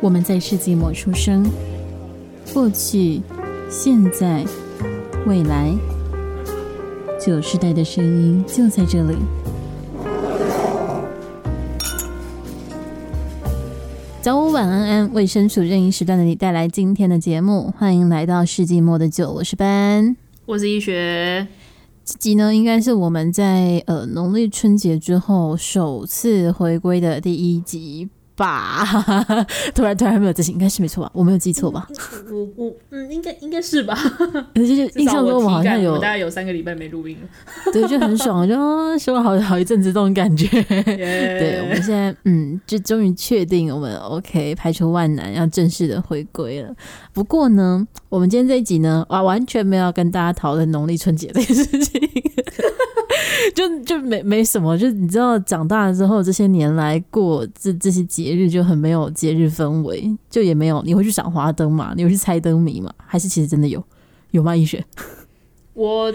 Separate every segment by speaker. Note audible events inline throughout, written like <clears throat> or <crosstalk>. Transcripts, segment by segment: Speaker 1: 我们在世纪末出生，过去、现在、未来，九世代的声音就在这里。早午晚安安，为身处任意时段的你带来今天的节目，欢迎来到世纪末的九，我是班。
Speaker 2: 我是医学，
Speaker 1: 这集呢，应该是我们在呃农历春节之后首次回归的第一集吧。 <laughs> 突然突然没有自信，应该是没错吧？我没有记错吧？
Speaker 2: 我我嗯，应该应该是吧？
Speaker 1: 可是 <laughs> 就是印象中
Speaker 2: 我
Speaker 1: 我好
Speaker 2: 体
Speaker 1: 像
Speaker 2: 感
Speaker 1: 有
Speaker 2: 我大概有三个礼拜没录音
Speaker 1: <laughs>
Speaker 2: 了。
Speaker 1: 对，就很爽，
Speaker 2: <laughs>
Speaker 1: 就啊休了好好一阵子这种感觉。对，我
Speaker 2: 对
Speaker 1: 们现在嗯，就终于确定我们 OK 排除万难，要正式的回归了。不过呢，我们今天这一集呢，完完全没有要跟大家讨论农历春节这件事情， <laughs> 就就没没什么，就你知道，长大了之后这些年来过这这些节日就很没有节日氛围，就也没有你会去赏花灯嘛，你会去猜灯谜嘛，还是其实真的有有吗？医学
Speaker 2: 我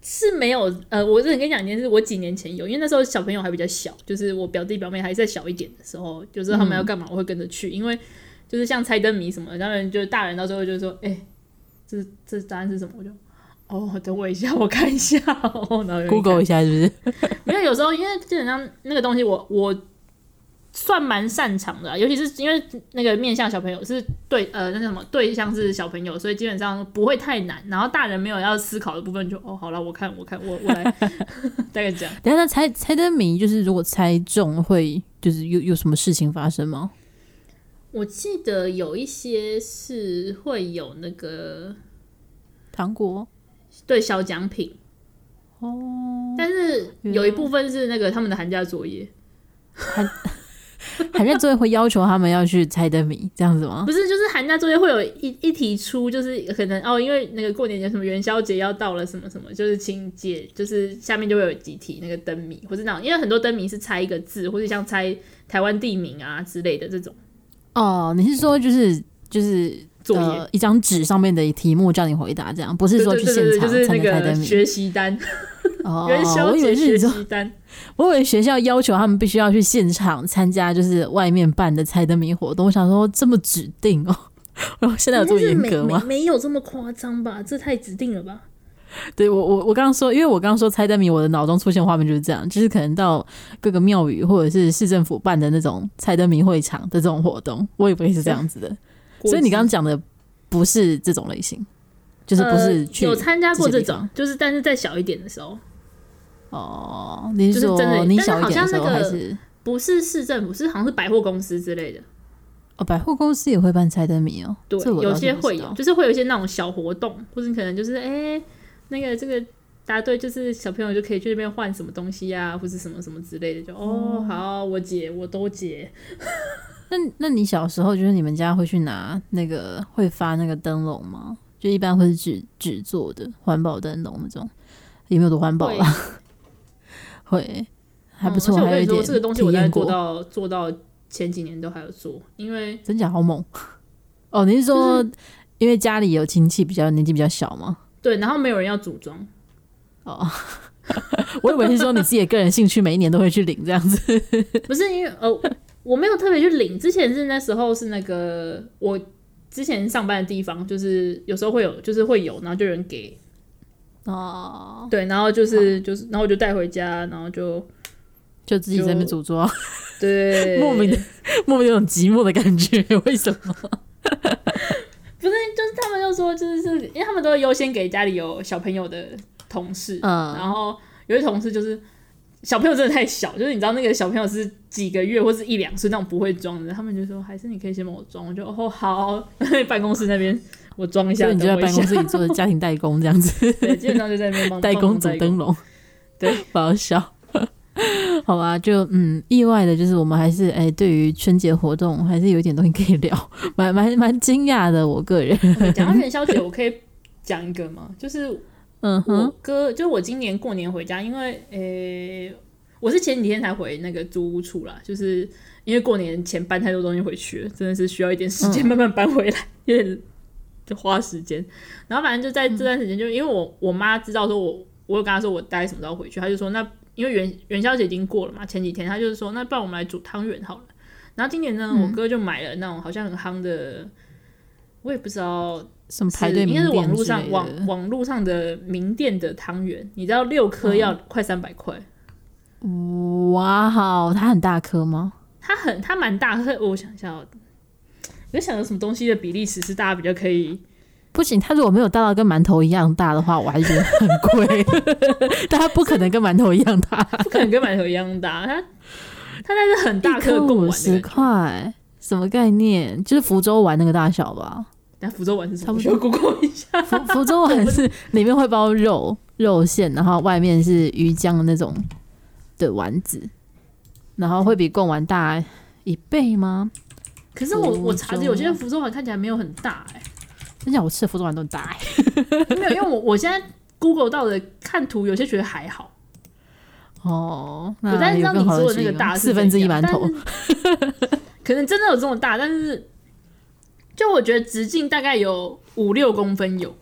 Speaker 2: 是没有呃，我这跟你讲一件事，我几年前有，因为那时候小朋友还比较小，就是我表弟表妹还在小一点的时候，就是他们要干嘛，我会跟着去，因为就是像猜灯谜什么的，当然就是大人到最后就说，哎、这这答案是什么？我就。哦，等我一下，我看一下。 <laughs> 哦，然后就去看
Speaker 1: Google 一下是不是？
Speaker 2: 因为有时候，因为基本上那个东西我，我算蛮擅长的啊、尤其是因为那个面向小朋友是对呃那叫什么对象是小朋友，所以基本上不会太难。然后大人没有要思考的部分就，哦好了，我看我看我我来， <laughs> 大概这样。
Speaker 1: 等一下，那猜猜灯谜就是如果猜中会就是有有什么事情发生吗？
Speaker 2: 我记得有一些是会有那个
Speaker 1: 糖果
Speaker 2: 对小奖品，
Speaker 1: 哦，
Speaker 2: 但是有一部分是那个他们的寒假作业。
Speaker 1: 寒假作业会要求他们要去猜灯谜这样子吗？
Speaker 2: 不是，就是寒假作业会有一一题出，就是可能哦，因为那个过年有什么元宵节要到了，什么什么，就是请解，就是下面就会有几题那个灯谜，或是那种，因为很多灯谜是猜一个字，或是像猜台湾地名啊之类的这种
Speaker 1: 哦，你是说就是就是
Speaker 2: 作业。
Speaker 1: 呃一张纸上面的题目叫你回答这样，不是
Speaker 2: 对
Speaker 1: 说
Speaker 2: 对
Speaker 1: 去
Speaker 2: 对
Speaker 1: 现
Speaker 2: 对，
Speaker 1: 场
Speaker 2: 就是
Speaker 1: 才
Speaker 2: 那
Speaker 1: 能猜
Speaker 2: 个
Speaker 1: 灯谜？
Speaker 2: 学习单，
Speaker 1: 哦，
Speaker 2: 元宵
Speaker 1: 我以
Speaker 2: 节
Speaker 1: 为是
Speaker 2: 学
Speaker 1: 你说，
Speaker 2: 习单，
Speaker 1: 我以为学校要求他们必须要去现场参加，就是外面办的猜灯谜活动。我想说这么指定哦， <laughs> 然后现在有这么严格吗？
Speaker 2: 没有这么夸张吧？这太指定了吧？
Speaker 1: 对我我我刚刚说，因为我刚刚说猜灯谜，我的脑中出现画面就是这样，就是可能到各个庙宇或者是市政府办的那种猜灯谜会场的这种活动，我以为是这样
Speaker 2: <laughs>
Speaker 1: 子的，所以你刚刚讲的不是这种类型，就是不是去、
Speaker 2: 呃有参加过
Speaker 1: 这些地
Speaker 2: 这
Speaker 1: 方
Speaker 2: 种，就是但是在小一点的时候，
Speaker 1: 哦？你是
Speaker 2: 就是真
Speaker 1: 说
Speaker 2: 的
Speaker 1: 你
Speaker 2: 但是
Speaker 1: 小一
Speaker 2: 好
Speaker 1: 点
Speaker 2: 像
Speaker 1: 的时候
Speaker 2: 那
Speaker 1: 还
Speaker 2: 个
Speaker 1: 是？
Speaker 2: 不是市政府，是好像是百货公司之类的。
Speaker 1: 哦，百货公司也会办猜灯谜哦，
Speaker 2: 对，
Speaker 1: 这我
Speaker 2: 有
Speaker 1: 倒是
Speaker 2: 些
Speaker 1: 不知
Speaker 2: 会有
Speaker 1: 道，
Speaker 2: 就是会有一些那种小活动，或者可能就是哎、诶那个这个答对，就是哎小朋友就可以去那边换什么东西啊，或者什么什么之类的，就哦好，我解我都解，
Speaker 1: 那那你小时候就是你们家会去拿那个会发那个灯笼吗？就一般会是纸纸做的环保灯笼那种，也没有多环保
Speaker 2: 会
Speaker 1: 啦， <laughs> 会还不错，
Speaker 2: 嗯而且我
Speaker 1: 还有一
Speaker 2: 跟你
Speaker 1: 点
Speaker 2: 说，这个东西我
Speaker 1: 体
Speaker 2: 大概
Speaker 1: 验
Speaker 2: 做
Speaker 1: 过，
Speaker 2: 到做到前几年都还有做，因为
Speaker 1: 真假好猛 <laughs> 哦！你是说因为家里有亲戚比较年纪比较小吗？
Speaker 2: <laughs> 对，然后没有人要组装， <laughs>
Speaker 1: 哦，我以为是说你自己的个人兴趣，每一年都会去领这样
Speaker 2: <laughs>
Speaker 1: 子。
Speaker 2: 不是因为呃，我没有特别去领。之前是那时候是那个我之前上班的地方，就是有时候会有，就是会有，然后就有人给
Speaker 1: 哦，
Speaker 2: 对，然后就是就是，然后我就带回家，然后就
Speaker 1: 就自己在那边组装，
Speaker 2: 对，
Speaker 1: 莫名的，莫名有种寂寞的感觉， <laughs> 为什么？
Speaker 2: 不是，就是他们就说，就是是因为他们都会优先给家里有小朋友的同事，
Speaker 1: 嗯，
Speaker 2: 然后有些同事就是小朋友真的太小，就是你知道那个小朋友是几个月或是一两岁那种不会装的，他们就说还是你可以先帮我装，我就哦好， <laughs> 办公室那边我装一下，
Speaker 1: 所以你就在
Speaker 2: 等我一
Speaker 1: 办
Speaker 2: 下
Speaker 1: 公，室里做家庭代工这样子，
Speaker 2: 对，基本上就在那
Speaker 1: <laughs>
Speaker 2: 边帮
Speaker 1: 代工组，
Speaker 2: 帮忙
Speaker 1: 灯笼，
Speaker 2: 对，
Speaker 1: <laughs> 不好笑。好吧，就嗯，意外的就是我们还是哎、对于春节活动还是有一点东西可以聊， <laughs> 蛮蛮蛮惊讶的，我个人，
Speaker 2: 代工讲到元宵节，我可以讲一个吗？就是
Speaker 1: 嗯
Speaker 2: 我
Speaker 1: 哼，
Speaker 2: 哥就是我今年过年回家，因为诶、我是前几天才回那个租屋处啦，就是因为过年前搬太多东西回去了，真的是需要一点时
Speaker 1: 嗯
Speaker 2: 间慢慢搬回来， <laughs> 有点就花时间。然后反正就在这段时间，就因为我我妈知道说我，我有跟她说我大概什么时候回去，她就说那因为元元宵节已经过了嘛，前几天她就是说那不然我们来煮汤圆好了。然后今年呢，我哥就买了那种好像很夯的，我也不知道
Speaker 1: 什么
Speaker 2: 是
Speaker 1: 排队
Speaker 2: 应该是
Speaker 1: 名
Speaker 2: 网
Speaker 1: 店之
Speaker 2: 络上
Speaker 1: 类
Speaker 2: 网
Speaker 1: 的，
Speaker 2: 网络上的名店的汤圆，你知道六颗要
Speaker 1: 嗯
Speaker 2: 快三百块，
Speaker 1: 哇，好，它很大颗吗？
Speaker 2: 它很它蛮大，它我想一下、哦，我在想有什么东西的比例尺是大家比较
Speaker 1: <laughs>
Speaker 2: 可以
Speaker 1: 不行，它如果没有大到跟馒头一样大的话，我还觉得很
Speaker 2: <laughs>
Speaker 1: 贵。但它不可能跟馒头一样大，
Speaker 2: 不可能跟馒头一样大，它它那是很大
Speaker 1: 一颗
Speaker 2: 颗贡
Speaker 1: 五
Speaker 2: 丸的
Speaker 1: 十
Speaker 2: 感觉。
Speaker 1: 块，什么概念？就是福州丸那个大小吧？
Speaker 2: 那福州丸是什
Speaker 1: 差
Speaker 2: 么？
Speaker 1: 不
Speaker 2: 我
Speaker 1: 多
Speaker 2: 需要 Google 一下。
Speaker 1: 福福州丸是里面会包肉肉馅，然后外面是鱼浆那种的丸子，然后会比贡丸大一倍吗？
Speaker 2: 可是我
Speaker 1: 福
Speaker 2: 我查
Speaker 1: 州
Speaker 2: 着，
Speaker 1: 啊
Speaker 2: 有些人福州丸看起来没有很大哎、
Speaker 1: 真讲我吃的福州丸都很大、欸，
Speaker 2: 没有，因为我我现在 Google 到的看图，有些觉得还好。
Speaker 1: 哦，
Speaker 2: 我但
Speaker 1: 那
Speaker 2: 是
Speaker 1: 有
Speaker 2: 让你
Speaker 1: 更好
Speaker 2: 说的
Speaker 1: 形
Speaker 2: 那个
Speaker 1: 容
Speaker 2: 大是
Speaker 1: 四分之
Speaker 2: 怎
Speaker 1: 一
Speaker 2: 样
Speaker 1: 馒头，，
Speaker 2: 但
Speaker 1: <laughs>
Speaker 2: 是可能真的有这么大，但是就我觉得直径大概有五六公分有。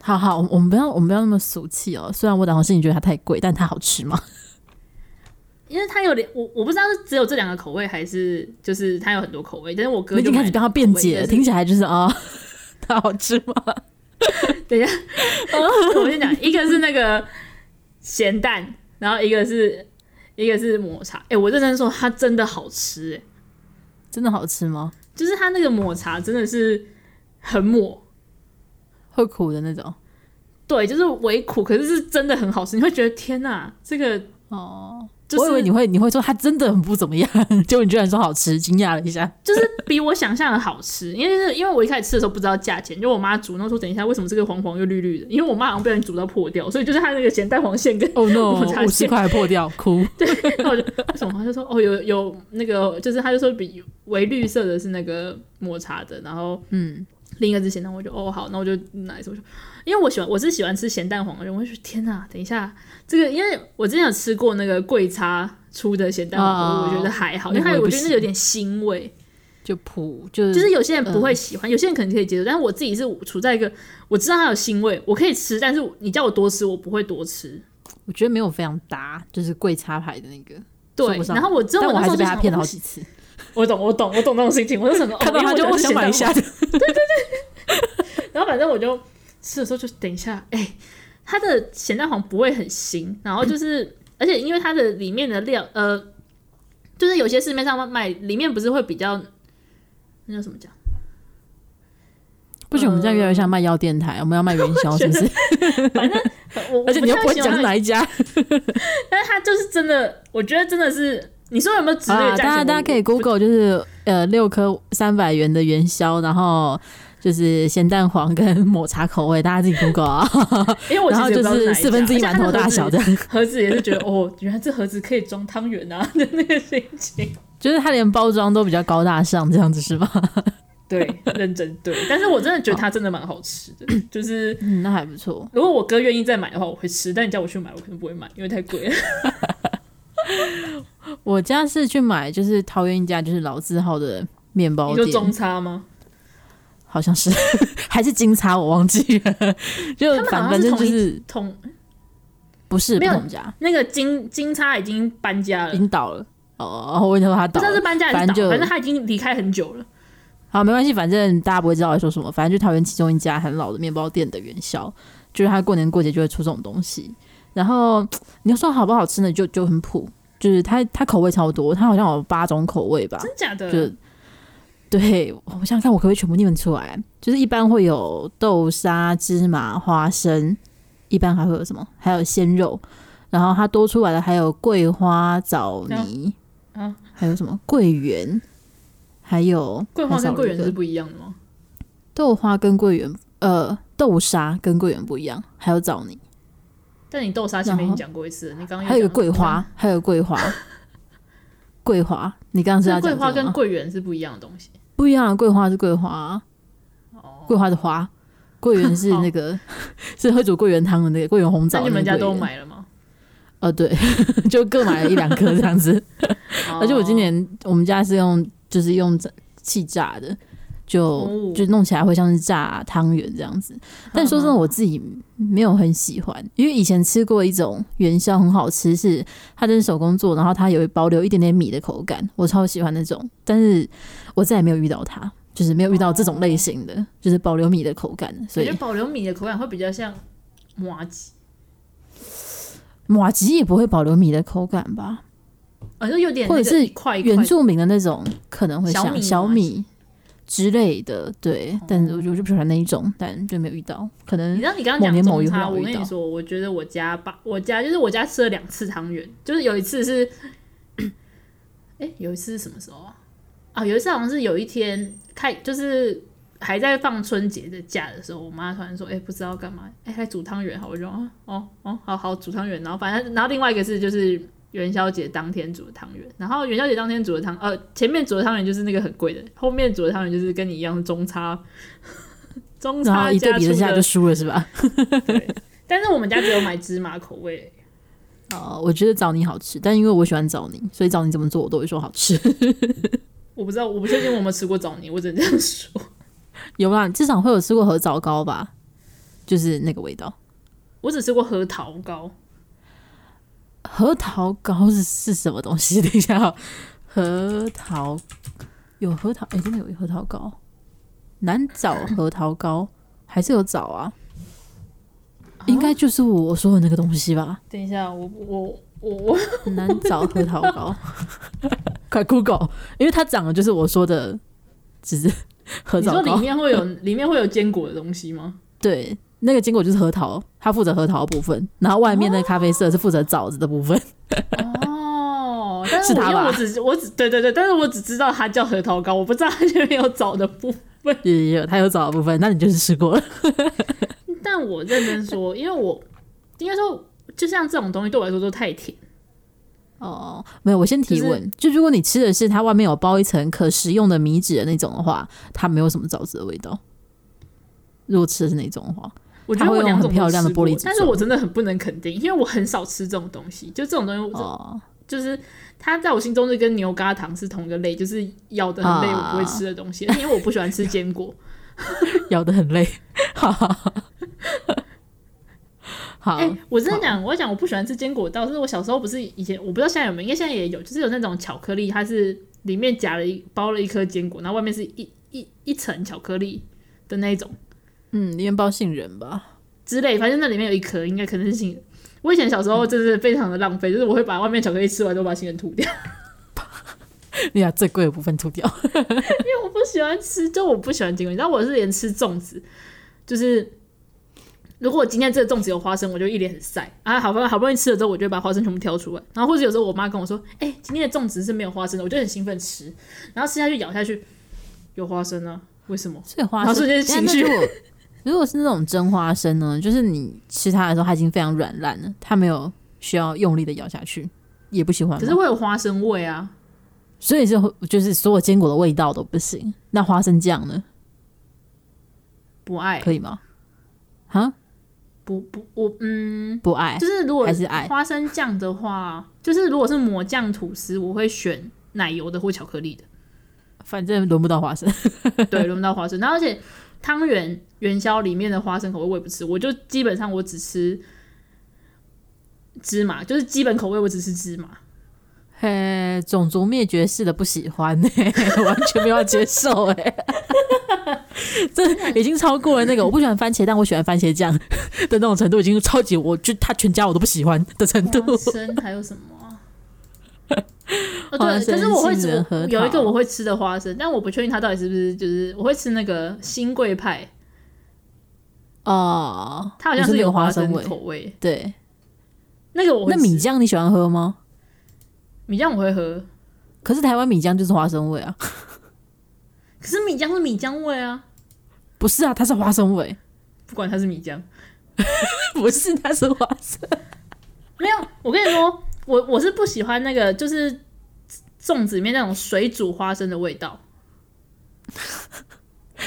Speaker 1: 好好，我们不要我们不要那么俗气哦。虽然我打从心里觉得它太贵，但它好吃吗？
Speaker 2: 因为它有两，我我不知道是只有这两个口味，还是就是它有很多口味。但是我
Speaker 1: 我已
Speaker 2: 哥就
Speaker 1: 经开始
Speaker 2: 买
Speaker 1: 帮他辩解了，
Speaker 2: 对
Speaker 1: 听起来就是啊、哦， <laughs> 它好吃吗？
Speaker 2: <laughs> 我先讲，一个是那个咸蛋，然后一个是一个是抹茶。哎、我认真说，它真的好吃、哎，
Speaker 1: 真的好吃吗？
Speaker 2: 就是它那个抹茶真的是很抹，
Speaker 1: 会苦的那种
Speaker 2: 对，就是微苦，可是是真的很好吃。你会觉得天哪，这个
Speaker 1: 哦。
Speaker 2: 就是
Speaker 1: 我以为你会你会说它真的很不怎么样，结果你居然说好吃，惊讶了一下。
Speaker 2: 就是比我想象的好吃，因为是因为我一开始吃的时候不知道价钱，就我妈煮，然后说等一下为什么这个黄黄又绿绿的，因为我妈好像被人煮到破掉，所以就是它那个咸蛋黄馅跟
Speaker 1: 哦、
Speaker 2: 我才
Speaker 1: no！五十块破掉，哭。
Speaker 2: 那我就为什么？他就说哦，有有那个，就是他就说比为绿色的是那个抹茶的，然后
Speaker 1: 嗯，
Speaker 2: 另一个是咸蛋黄，我就哦好，那我就拿一次，我就因为我喜欢我是喜欢吃咸蛋黄的人，我就觉得天哪，等一下这个，因为我之前有吃过那个桂茶出的咸蛋黄，
Speaker 1: 哦
Speaker 2: 我觉得还好，因
Speaker 1: 那
Speaker 2: 为它
Speaker 1: 我也
Speaker 2: 我
Speaker 1: 不嗯
Speaker 2: 觉得
Speaker 1: 行
Speaker 2: 那有点腥味，
Speaker 1: <laughs> 就普就是
Speaker 2: 就是有些人
Speaker 1: 嗯
Speaker 2: 不会喜欢，有些人可能可以接受，但是我自己是处在一个我知道它有腥味，我可以吃，但是你叫我多吃，我不会多吃。
Speaker 1: 我觉得没有非常搭，就是贵插牌的那个。
Speaker 2: 对
Speaker 1: 说不，上
Speaker 2: 然后我之后
Speaker 1: 但我
Speaker 2: 那
Speaker 1: 还是
Speaker 2: 时候就
Speaker 1: 被他
Speaker 2: 想，
Speaker 1: 骗了
Speaker 2: 我
Speaker 1: 好
Speaker 2: 不
Speaker 1: 几次，
Speaker 2: 我懂，我懂，我懂那种
Speaker 1: <laughs>
Speaker 2: 心情。我就想说，哦
Speaker 1: 看到他就我想买一。下
Speaker 2: 因为我觉得是咸蛋黄然后反正我就吃的时候就等一下，哎、它的咸蛋黄不会很腥，然后就是，而且因为它的里面的料，呃，就是有些市面上卖里面不是会比较，那叫什么讲？
Speaker 1: 不行，我们这样越来越像卖药电台，我们要卖元
Speaker 2: <laughs>
Speaker 1: 宵，是不是？
Speaker 2: 呃我
Speaker 1: 而且你又不会讲，
Speaker 2: 我太喜欢
Speaker 1: 哪一家
Speaker 2: 但是它就是真的，我觉得真的是，你说有没有值
Speaker 1: 好
Speaker 2: 得
Speaker 1: 啦，大
Speaker 2: 价
Speaker 1: 家
Speaker 2: 钱？
Speaker 1: 啊大家可以 Google 就是呃六颗三百元的元宵，然后就是咸蛋黄跟抹茶口味，大家自己 Google 啊。
Speaker 2: 因 <laughs> 为我
Speaker 1: 然后
Speaker 2: 其实
Speaker 1: 就
Speaker 2: 也不知道
Speaker 1: 是
Speaker 2: 哪
Speaker 1: 四分之一
Speaker 2: 家
Speaker 1: 馒头大小，
Speaker 2: 而且它的
Speaker 1: 的，
Speaker 2: 盒子也是觉得哦，原来这盒子可以装汤圆啊 <laughs> 的那个心情。
Speaker 1: 就是它连包装都比较高大上，这样子是吧？
Speaker 2: 对，认真对，但是我真的觉得它真的蛮好吃的，就是
Speaker 1: 嗯，那还不错。
Speaker 2: 如果我哥愿意再买的话，我会吃，但你叫我去买，我可能不会买，因为太贵了。
Speaker 1: 我家是去买就是桃园一家就是老字号的面包
Speaker 2: 你说中
Speaker 1: 店，
Speaker 2: 差吗？
Speaker 1: 好像是 <laughs> 还是金叉，我忘记了。 <laughs> 就
Speaker 2: 他们
Speaker 1: 反
Speaker 2: 好像
Speaker 1: 反
Speaker 2: 是
Speaker 1: 正就
Speaker 2: 同一
Speaker 1: 是
Speaker 2: 同
Speaker 1: 不是不
Speaker 2: 没有
Speaker 1: 同家，
Speaker 2: 那个金金叉已经搬家
Speaker 1: 已
Speaker 2: 了，
Speaker 1: 经倒了。哦，我跟你说他
Speaker 2: 不
Speaker 1: 倒
Speaker 2: 知道
Speaker 1: 了
Speaker 2: 是。搬家还
Speaker 1: 反
Speaker 2: 是
Speaker 1: 正
Speaker 2: 倒，
Speaker 1: 就
Speaker 2: 反正他已经离开很久了。
Speaker 1: 好，没关系，反正大家不会知道我在说什么。反正就桃园其中一家很老的面包店的元宵，就是他过年过节就会出这种东西。然后你要说好不好吃呢，就就很普，就是它它口味超多，它好像有八种口味吧，
Speaker 2: 真假的？
Speaker 1: 就对我想想看，我可不可以全部念出来？就是一般会有豆沙、芝麻、花生，一般还会有什么？还有鲜肉，然后它多出来的还有桂花枣泥，
Speaker 2: 啊啊
Speaker 1: 还有什么桂圆，还有
Speaker 2: 桂花
Speaker 1: 还少了
Speaker 2: 跟桂
Speaker 1: 一
Speaker 2: 圆
Speaker 1: 个
Speaker 2: 是不一样的吗？
Speaker 1: 豆花跟桂圆，呃，豆沙跟桂圆不一样，还有枣泥，
Speaker 2: 但你豆沙前面已
Speaker 1: 然
Speaker 2: 经
Speaker 1: 后
Speaker 2: 讲过一次了，你刚刚
Speaker 1: 还有一
Speaker 2: 哦讲
Speaker 1: 个桂花，还有桂花，桂花，你刚刚是
Speaker 2: 所
Speaker 1: 要
Speaker 2: 以桂
Speaker 1: 讲
Speaker 2: 花
Speaker 1: 这个
Speaker 2: 跟
Speaker 1: 吗？
Speaker 2: 桂圆是不一样的东西。
Speaker 1: 不一样，桂花是桂花，桂花的花，桂圆是
Speaker 2: 哦 <laughs> 好
Speaker 1: 那个是会煮桂圆汤的那个桂圆红
Speaker 2: 那
Speaker 1: 枣，
Speaker 2: 你们家都？买
Speaker 1: <laughs>
Speaker 2: 了吗？
Speaker 1: 呃，对， <laughs> 就各买了一两颗这样
Speaker 2: 哦
Speaker 1: 子。而且我今年我们家是用就是用气炸的，就、
Speaker 2: 哦
Speaker 1: 就弄起来会像是炸汤圆这样子。但说真的，我自己没有很喜欢，因为以前吃过一种元宵很好吃，是它真是手工做，然后它有保留一点点米的口感，我超喜欢那种。但是我再也没有遇到它，就是没有遇到这种类型的，就是保留米的口感的。所
Speaker 2: 我
Speaker 1: 以
Speaker 2: 觉得保留米的口感会比较像麻吉，
Speaker 1: 马吉也不会保留米的口感吧？
Speaker 2: 好像呃有点
Speaker 1: 或者
Speaker 2: 那个
Speaker 1: 是
Speaker 2: 一块一块
Speaker 1: 原住民的那种可能会
Speaker 2: 小米
Speaker 1: 像小
Speaker 2: 麻
Speaker 1: 米之类的，对。但是我就我就不喜欢那一种，但就没有遇到，可
Speaker 2: 你
Speaker 1: 能
Speaker 2: 知道你刚刚
Speaker 1: 某
Speaker 2: 讲
Speaker 1: 年某
Speaker 2: 中
Speaker 1: 月
Speaker 2: 差，
Speaker 1: 会有
Speaker 2: 我
Speaker 1: 遇
Speaker 2: 跟
Speaker 1: 到
Speaker 2: 你说，我觉得我家爸，我家就是我家吃了两次汤圆，就是有一次是， <clears throat> 哎、有一次是什么时候啊？啊，有一次好像是有一天开，就是还在放春节的假的时候，我妈突然说，哎、不知道干嘛，哎、来煮汤圆好，我就啊哦哦，好好煮汤圆，然后反正然后另外一个是就是。元宵节当天煮的汤圆，然后元宵节当天煮的汤，呃，前面煮的汤圆就是那个很贵的，后面煮的 <laughs> 汤圆就是跟你一样是中差，中
Speaker 1: 然后
Speaker 2: 差
Speaker 1: 一对
Speaker 2: 加
Speaker 1: 比
Speaker 2: 出
Speaker 1: 之下
Speaker 2: 的
Speaker 1: 就输了是吧？
Speaker 2: 对，但是我们家只有买芝麻口味，
Speaker 1: <laughs> 哦，我觉得枣泥好吃，但因为我喜欢枣泥，所以枣泥怎么做我都会说好吃。 <laughs>
Speaker 2: 我不知道，我不确定我们吃过枣泥，我只能这样说。 <laughs>
Speaker 1: 有啦，至少会有吃过核枣糕吧，就是那个味道。
Speaker 2: 我只吃过核桃糕，
Speaker 1: 核桃糕是是什么东西？等一下、哦，核桃有核桃，哎、真的有核桃糕，难找核桃糕还是有找啊？应该就是我说的那个东西吧，
Speaker 2: 等一下，我我我我，
Speaker 1: 难找核桃糕， <laughs> 快 Google，因为它长得就是我说的，只是核
Speaker 2: 你说
Speaker 1: 桃
Speaker 2: 里
Speaker 1: 糕。
Speaker 2: 面会有 <laughs> 里面会有坚果的东西吗？
Speaker 1: 对，那个坚果就是核桃，它负责核桃的部分，然后外面那个咖啡色是负责枣子的部分。 <laughs>
Speaker 2: 哦，但是
Speaker 1: 是
Speaker 2: 我因
Speaker 1: 它
Speaker 2: 为
Speaker 1: 吧
Speaker 2: 我只我只对对对，但是我只知道它叫核桃糕，我不知道它里面有枣的部分。
Speaker 1: 有有有，它有枣的部分，那你就是吃过了。
Speaker 2: <laughs> 但我认真说，因为我应该说，就像这种东西对我来说都太甜。
Speaker 1: 哦，没有，我先提问，就如果你吃的是它外面有包一层可食用的米纸的那种的话，它没有什么枣子的味道。如果吃的是那种的话，
Speaker 2: 我觉得
Speaker 1: 它会
Speaker 2: 我
Speaker 1: 用
Speaker 2: 两种
Speaker 1: 很漂亮的
Speaker 2: 都吃过
Speaker 1: 玻璃纸
Speaker 2: 但是
Speaker 1: 做
Speaker 2: 我真的很不能肯定，因为我很少吃这种东西，就这种东西我真
Speaker 1: 哦，
Speaker 2: 就是它在我心中就跟牛轧糖是同一个类，就是咬的很累，我
Speaker 1: 啊
Speaker 2: 不会吃的东西，因为我不喜欢吃坚果。
Speaker 1: 咬得很累。好， <laughs> 好
Speaker 2: 哎、我真的讲，我讲我不喜欢吃坚果到，但是我小时候不是以前我不知道现在有没有，应该现在也有，就是有那种巧克力，它是里面夹了一包了一颗坚果，然后外面是一一一层巧克力的那一种
Speaker 1: 嗯，里面包杏仁吧。
Speaker 2: 之类，反正那里面有一颗，应该可能是杏仁。我以前小时候真是非常的浪费，就是我会把外面巧克力吃完，都把杏仁吐掉，
Speaker 1: 你把最贵的部分吐掉。
Speaker 2: 因为我不喜欢吃，就我不喜欢坚果。你知道我是连吃粽子，就是如果我今天这个粽子有花生，我就一脸很晒啊，好不容易好不容易吃了之后，我就会把花生全部挑出来。然后或者有时候我妈跟我说：“哎、今天的粽子是没有花生的。”我就很兴奋吃，然后吃下去咬下去有花生啊，为什么？
Speaker 1: 所以花
Speaker 2: 然后
Speaker 1: 生，
Speaker 2: 瞬间情绪
Speaker 1: 等一下哎那如果如果是那种真花生呢，就是你吃它的时候，它已经非常软烂了，它没有需要用力的咬下去，也不喜欢吗。
Speaker 2: 可是会有花生味啊。
Speaker 1: 所以就就是所有坚果的味道都不行。那花生酱呢，
Speaker 2: 不爱
Speaker 1: 可以吗？啊，
Speaker 2: 不不我嗯，
Speaker 1: 不爱
Speaker 2: 就是如果
Speaker 1: 还是爱
Speaker 2: 花生酱的话，就是如果是抹酱吐司，我会选奶油的或巧克力的。
Speaker 1: 反正轮不到花生。
Speaker 2: 对，轮不到花生。然后而且汤圆元宵里面的花生口味我也不吃，我就基本上我只吃芝麻，就是基本口味我只吃芝
Speaker 1: <laughs>
Speaker 2: 麻。
Speaker 1: <laughs> 嘿，种族灭绝式的不喜欢呢、 <laughs> 完全没有要接受哎、 <laughs> 这已经超过了那个我不喜欢番茄，但我喜欢番茄酱 <laughs> 的那种程度，已经超级我就他全家我都不喜欢的程度
Speaker 2: 花。生还有什么啊、
Speaker 1: <laughs>
Speaker 2: 哦，
Speaker 1: 花
Speaker 2: 对，
Speaker 1: 生
Speaker 2: 可是我会吃
Speaker 1: 杏仁核
Speaker 2: 我有一个
Speaker 1: 桃
Speaker 2: 我会吃的花生，但我不确定它到底是不是就是我会吃那个新贵派，
Speaker 1: 哦，
Speaker 2: 它好像
Speaker 1: 你说
Speaker 2: 是
Speaker 1: 没有
Speaker 2: 有
Speaker 1: 花
Speaker 2: 生
Speaker 1: 生味
Speaker 2: 口味，
Speaker 1: 对，
Speaker 2: 那个我会
Speaker 1: 那米
Speaker 2: 吃
Speaker 1: 浆你喜欢喝吗？
Speaker 2: 米浆我会喝，
Speaker 1: 可是台湾米浆就是花生味啊，
Speaker 2: 可是米浆是米浆味啊，
Speaker 1: 不是啊，它是花生味，
Speaker 2: 不管它是米浆，
Speaker 1: <laughs> 不是它是花生。
Speaker 2: 没有，我跟你说，我我是不喜欢那个，就是粽子里面那种水煮花生的味道。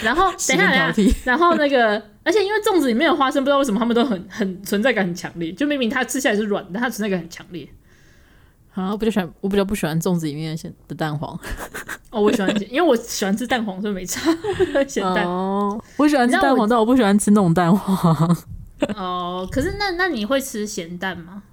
Speaker 2: 然后等一下，等
Speaker 1: 挑
Speaker 2: 一下，
Speaker 1: 剔，
Speaker 2: 然后那个，而且因为粽子里面的花生，不知道为什么他们都很很存在感很强烈，就明明它吃起来是软的，但它存在感很强烈。
Speaker 1: 啊，我比较喜欢，我比较不喜欢粽子里面的的蛋黄。
Speaker 2: 哦，我喜欢咸，因为我喜欢吃蛋黄，所以没差咸蛋。
Speaker 1: 哦，我喜欢吃
Speaker 2: 你知道
Speaker 1: 蛋
Speaker 2: 我
Speaker 1: 黄，但我不喜欢吃弄蛋黄。 <laughs>
Speaker 2: 哦，可是那那你会吃咸蛋吗？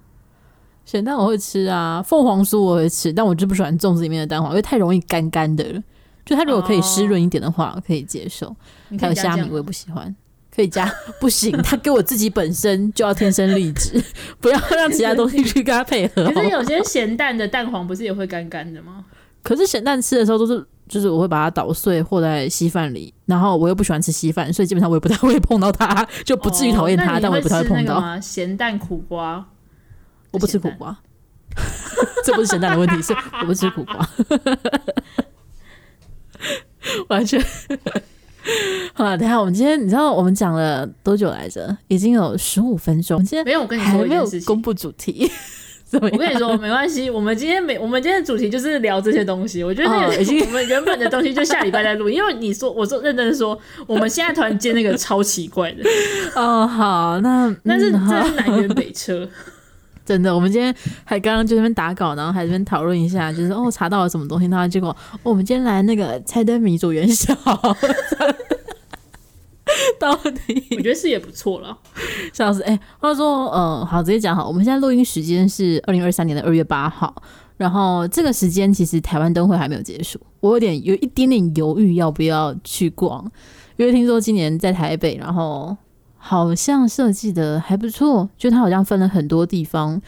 Speaker 1: 咸蛋我会吃啊，凤凰酥我会吃，但我就不喜欢粽子里面的蛋黄，因为太容易干干的了。就它如果可以湿润一点的话，我可以接受。
Speaker 2: 哦你
Speaker 1: 还
Speaker 2: 可
Speaker 1: 有
Speaker 2: 以加
Speaker 1: 虾米
Speaker 2: 酱
Speaker 1: 我也不喜欢，可以加 <laughs> 不行，它给我自己本身就要天生丽质， <laughs> 不要让其他东西去跟它配合。好
Speaker 2: <laughs> 可
Speaker 1: 吗
Speaker 2: 是有些咸蛋的蛋黄不是也会干干的吗？
Speaker 1: 可是咸蛋吃的时候都是，就是我会把它捣碎和在稀饭里，然后我又不喜欢吃稀饭，所以基本上我也不太会碰到它， <laughs> 就不至于讨厌
Speaker 2: 哦那
Speaker 1: 它，
Speaker 2: 你
Speaker 1: 但我也不太会
Speaker 2: 吃那
Speaker 1: 碰
Speaker 2: 个
Speaker 1: 到。
Speaker 2: 吗咸蛋苦瓜，
Speaker 1: 我不吃苦瓜， <laughs> 这不是咸蛋的问题，是我不吃苦瓜， <laughs> 完全。 <laughs> 好了，等一下，我们今天你知道我们讲了多久来着？已经有十五分钟，我们今天
Speaker 2: 没有，我跟你
Speaker 1: 还
Speaker 2: 说
Speaker 1: 没
Speaker 2: 一件
Speaker 1: 有
Speaker 2: 事情
Speaker 1: 公。布主题， <laughs> 怎么
Speaker 2: 我跟
Speaker 1: 样？
Speaker 2: 你说，没关系，我们今天没，我们今天的主题就是聊这些东西。我觉得那个、
Speaker 1: 哦已经
Speaker 2: 我们原本的东西就下礼拜再录，因为你说，我说认真的说，我们现在突然接那个超奇怪
Speaker 1: <laughs>
Speaker 2: 的，
Speaker 1: 哦，好，
Speaker 2: <laughs>
Speaker 1: 那
Speaker 2: 但是
Speaker 1: 嗯好
Speaker 2: 这是南辕北辙。
Speaker 1: 真的，我们今天还刚刚就在那边打稿，然后还在那边讨论一下，就是哦查到了什么东西，然后结果、哦我们今天来那个猜灯谜组元宵， <laughs> 到底
Speaker 2: 我觉得是也不错了。
Speaker 1: 像是哎，话说嗯好，直接讲好，我们现在录音时间是二零二三年的二月八号，然后这个时间其实台湾灯会还没有结束，我有点有一点点犹豫要不要去逛，因为听说今年在台北，然后好像设计的还不错，就它好像分了很多地方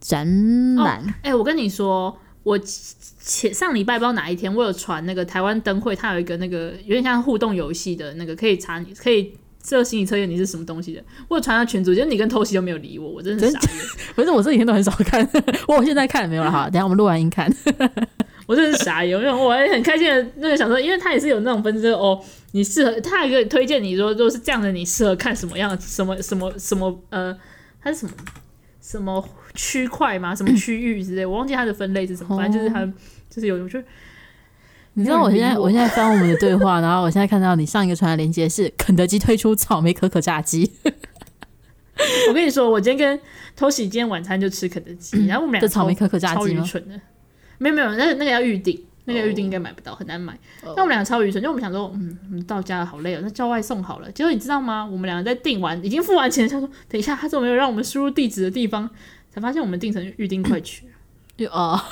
Speaker 1: 展览。
Speaker 2: 哎、我跟你说，我前上礼拜不知道哪一天，我有传那个台湾灯会，它有一个那个有点像互动游戏的那个，可以查你可以。这心理测验你是什么东西的？我有传到群组，就是你跟偷袭都没有理我，我真的是傻眼，
Speaker 1: 不是我这几天都很少看， <laughs> 我现在看没有了哈。等一下我们录完音看。
Speaker 2: 我真的是傻眼。我想我还很开心的那个想说，因为他也是有那种分支哦，你适合他还可以推荐你说，如果是这样的，你适合看什么样什么什么什么呃，它是什么什么区块吗？什么区域之类，我忘记它的分类是什么，反正就是它就是有，我就
Speaker 1: 你知道我现在，我现在翻我们的对话， <laughs> 然后我现在看到你上一个传的链接是肯德基推出草莓可可炸鸡，
Speaker 2: <laughs> 我跟你说，我今天跟偷喜今天晚餐就吃肯德基，然后我们俩
Speaker 1: 这嗯草莓
Speaker 2: 超
Speaker 1: 可可炸
Speaker 2: 超
Speaker 1: 鸡
Speaker 2: 愚
Speaker 1: 吗？
Speaker 2: 蠢的，没有没有，那个那个要预定，那个要预定
Speaker 1: 哦
Speaker 2: 应该买不到，很难买。
Speaker 1: 哦
Speaker 2: 那我们俩超愚蠢，就我们想说，嗯，我们到家了好累哦，那叫外送好了。结果你知道吗？我们俩在订完已经付完钱，他说等一下，他怎么没有让我们输入地址的地方？才发现我们订成预定快取，
Speaker 1: 就哦， <laughs>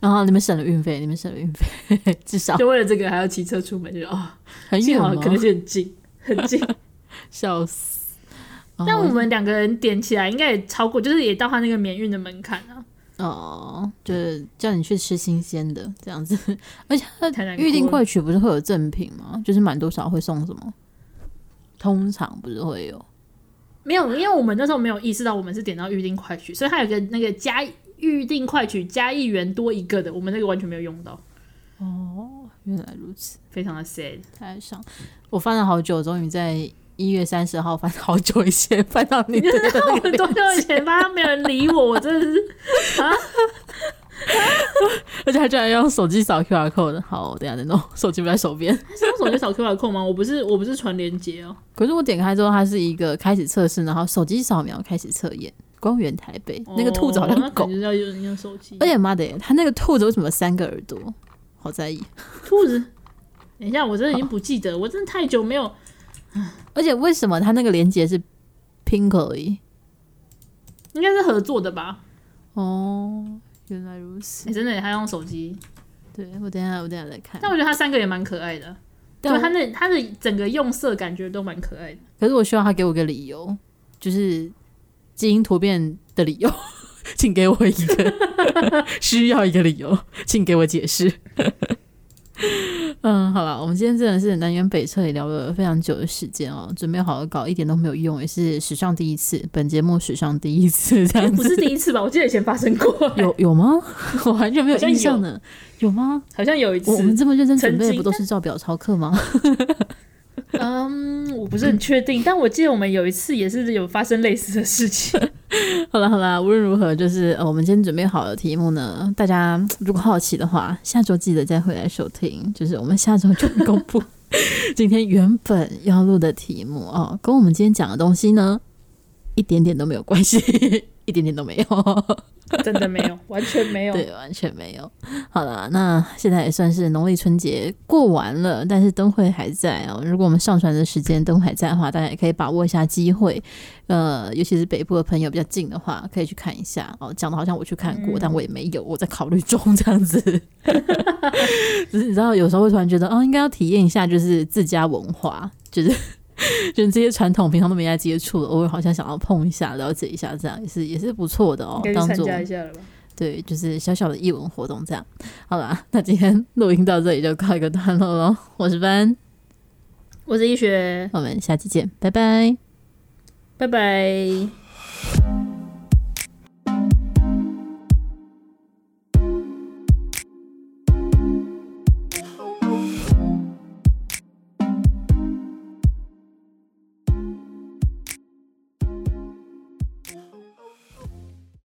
Speaker 1: 然后你们省了运费，你们省了运费，至少
Speaker 2: 就为了这个还要骑车出门，就哦，
Speaker 1: 很
Speaker 2: <laughs> 幸
Speaker 1: 远
Speaker 2: 好
Speaker 1: 哎吗？
Speaker 2: 可能是很近很近。
Speaker 1: 笑死！
Speaker 2: 但我们两个人点起来应该也超过，就是也到他那个免运的门槛啊。
Speaker 1: 哦，就是叫你去吃新鲜的这样子，而且它
Speaker 2: <laughs> 太难过了
Speaker 1: 预定快取不是会有赠品吗？就是满多少会送什么？通常不是会有
Speaker 2: 没有，因为我们那时候没有意识到我们是点到预定快取，所以它有个那个加预定快取加一元多一个的，我们那个完全没有用到，
Speaker 1: 哦，原来如此。
Speaker 2: 非常
Speaker 1: <laughs>
Speaker 2: 的 sad。
Speaker 1: 太上，我翻了好久，终于在一月三十号翻好久以前翻到你的那
Speaker 2: 我
Speaker 1: 个
Speaker 2: 们多久以前发现没有人理我，我真的是 <laughs>
Speaker 1: 而且他居然用手机扫 QR code 的。好，我等一下 <laughs> 再弄，手机不在手边。
Speaker 2: 他是用手机扫 QR code 吗？我不是，我不是传连接哦。
Speaker 1: 可是我点开之后，它是一个开始测试，然后手机扫描开始测验。光源台北那个兔子好
Speaker 2: 哦那
Speaker 1: 像
Speaker 2: 可
Speaker 1: 狗，
Speaker 2: 能就是要用用手机
Speaker 1: 而。且妈的耶，它那个兔子为什么三个耳朵？好在意。
Speaker 2: 兔子，等一下，我真的已经不记得，我真的太久没有。
Speaker 1: 而且为什么它那个连接是 Pinkly？
Speaker 2: 应该是合作的吧？
Speaker 1: 哦，原来如此
Speaker 2: 你、。真的，他用手机，
Speaker 1: 对我等一下，我等一下再看
Speaker 2: 但。我觉得他三个也蛮可爱的，
Speaker 1: 但
Speaker 2: 就
Speaker 1: 我
Speaker 2: 他那他的整个用色感觉都蛮可爱的。
Speaker 1: 可是我需要他给我个理由，就是基因突变的理由， <laughs> 请给我一个，需要一个理由，请给我解释。嗯，好了，我们今天真的是南辕北辙，也聊了非常久的时间哦，准备好好搞，一点都没有用，也是史上第一次，本节目史上第一
Speaker 2: <laughs>
Speaker 1: 次这
Speaker 2: 哎
Speaker 1: 样
Speaker 2: 不
Speaker 1: 子。
Speaker 2: 是第一次吧？我记得以前发生过、
Speaker 1: 有有吗？ <laughs> 我完全没有印象呢。有吗？
Speaker 2: 好像有一
Speaker 1: 我我们
Speaker 2: 次，
Speaker 1: 这么认真准备，
Speaker 2: 曾经
Speaker 1: 不都是照表抄课吗？
Speaker 2: 嗯，我不是很确定，但我记得我们有一次也是有发生类似的事情。
Speaker 1: <laughs> 好了好了，无论如何，就是、呃、我们今天准备好的题目呢，大家嗯如果好奇的话，下周记得再回来收听。就是我们下周就会公布今天原本要录的题目哦，跟我们今天讲的东西呢一点点都没有关系。 <laughs> 一点点都没有。
Speaker 2: 真的没有，完全没有。
Speaker 1: 对，完全没有。好了，那现在也算是农历春节过完了，但是灯会还在哦。如果我们上传的时间灯会还在的话，大家也可以把握一下机会。呃，尤其是北部的朋友比较近的话，可以去看一下哦。讲的好像我去看过，
Speaker 2: 嗯
Speaker 1: 但我也没有，我在考虑中这样子。只是你知道，有时候会突然觉得，哦，应该要体验一下，就是自家文化，就是 <laughs> 就是这些传统平常都没在接触的，偶尔好像想要碰一下，了解一下，这样也是也是不错的哦
Speaker 2: 应该。去
Speaker 1: 当
Speaker 2: 参
Speaker 1: 做
Speaker 2: 加一下了吧？
Speaker 1: 对，就是小小的艺文活动这样。好啦，那今天录音到这里就告一个段落喽。我是班，
Speaker 2: 我是医学，
Speaker 1: 我们下期见，拜拜。
Speaker 2: 拜拜。